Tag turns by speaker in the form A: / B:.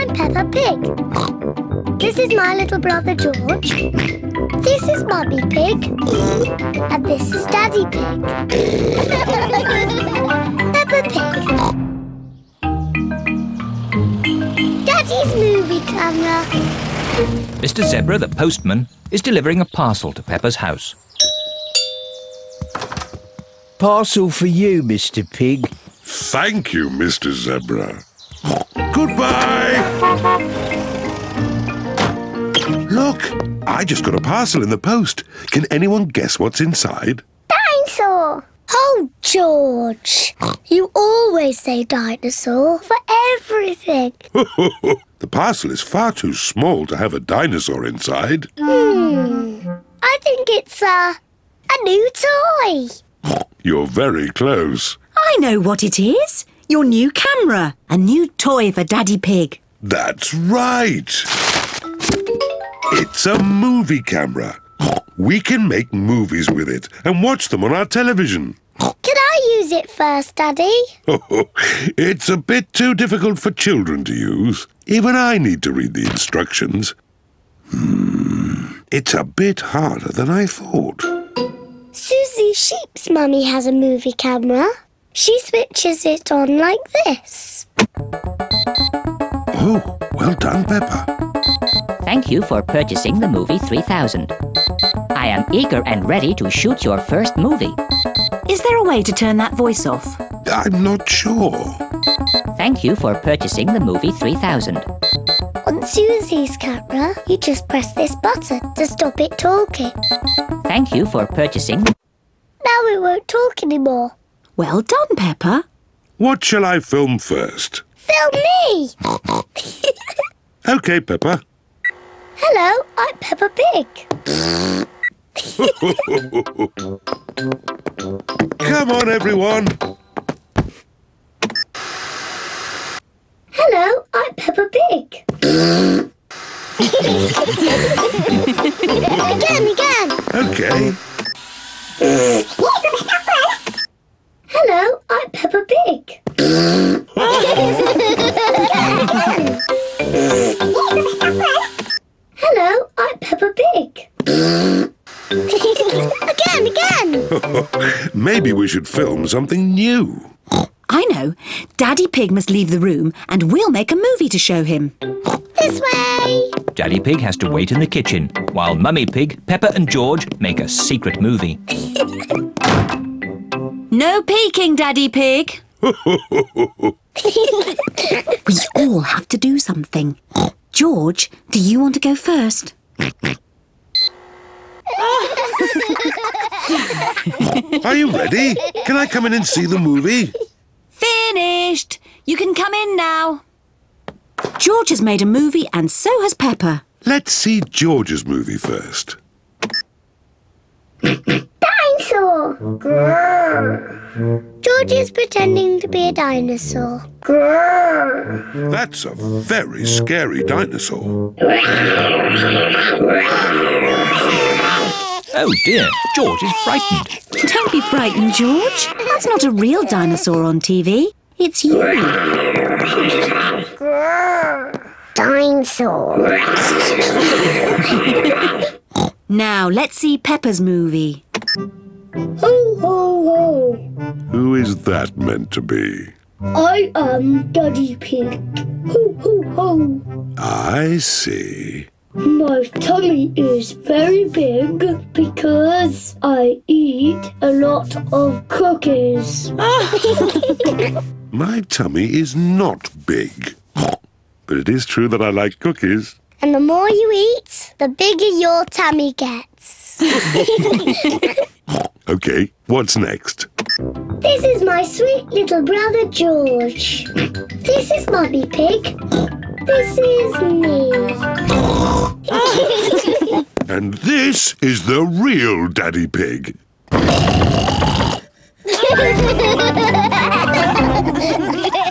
A: Pig. This is my little brother George. This is Mummy Pig. And this is Daddy Pig. Peppa Pig. Daddy's movie camera.
B: Mr. Zebra, the postman, is delivering a parcel to Peppa's house.
C: Parcel for you, Mr. Pig.
D: Thank you, Mr. Zebra. Goodbye! Look, I just got a parcel in the post. Can anyone guess what's inside?
A: Dinosaur. Oh, George. You always say dinosaur for everything.
D: The parcel is far too small to have a dinosaur inside.
A: I think it's a a new toy.
D: You're very close.
E: I know what it is. Your new camera. A new toy for Daddy Pig.
D: That's right. It's a movie camera. We can make movies with it and watch them on our television.
A: Can I use it first, Daddy?
D: it's a bit too difficult for children to use. Even I need to read the instructions. Hmm, it's a bit harder than I thought.
A: Susie Sheep's mummy has a movie camera. She switches it on like this.
D: Oh, well done, Peppa.
F: Thank you for purchasing the movie 3000. I am eager and ready to shoot your first movie.
E: Is there a way to turn that voice off?
D: I'm not sure.
F: Thank you for purchasing the movie 3000.
A: On Susie's camera, you just press this button to stop it talking.
F: Thank you for purchasing.
A: Now it won't talk anymore.
E: Well done, Pepper.
D: What shall I film first?
A: Film me!
D: Okay, Peppa.
A: Hello, I'm Peppa Pig.
D: Come on, everyone.
A: Hello, I'm Peppa Pig. again, again.
D: Okay.
A: Hello, I'm Peppa Pig. Hello, I'm Peppa Pig. again, again.
D: Maybe we should film something new.
E: I know. Daddy Pig must leave the room and we'll make a movie to show him.
A: This way.
B: Daddy Pig has to wait in the kitchen while Mummy Pig, Peppa, and George make a secret movie.
E: No peeking, Daddy Pig. We all have to do something. George, do you want to go first?
D: Are you ready? Can I come in and see the movie?
E: Finished! You can come in now. George has made a movie and so has Pepper.
D: Let's see George's movie first.
A: Dinosaur. George is pretending to be a dinosaur.
D: That's a very scary dinosaur.
B: Oh dear, George is frightened.
E: Don't be frightened, George. That's not a real dinosaur on TV. It's you.
A: Dinosaur.
E: Now, let's see Pepper's movie.
A: Ho ho ho.
D: Who is that meant to be?
A: I am Daddy Pig. Ho ho ho!
D: I see.
A: My tummy is very big because I eat a lot of cookies.
D: My tummy is not big. But it is true that I like cookies.
A: And the more you eat, the bigger your tummy gets.
D: Okay, what's next?
A: This is my sweet little brother George. This is Mummy Pig. This is me.
D: And this is the real Daddy Pig.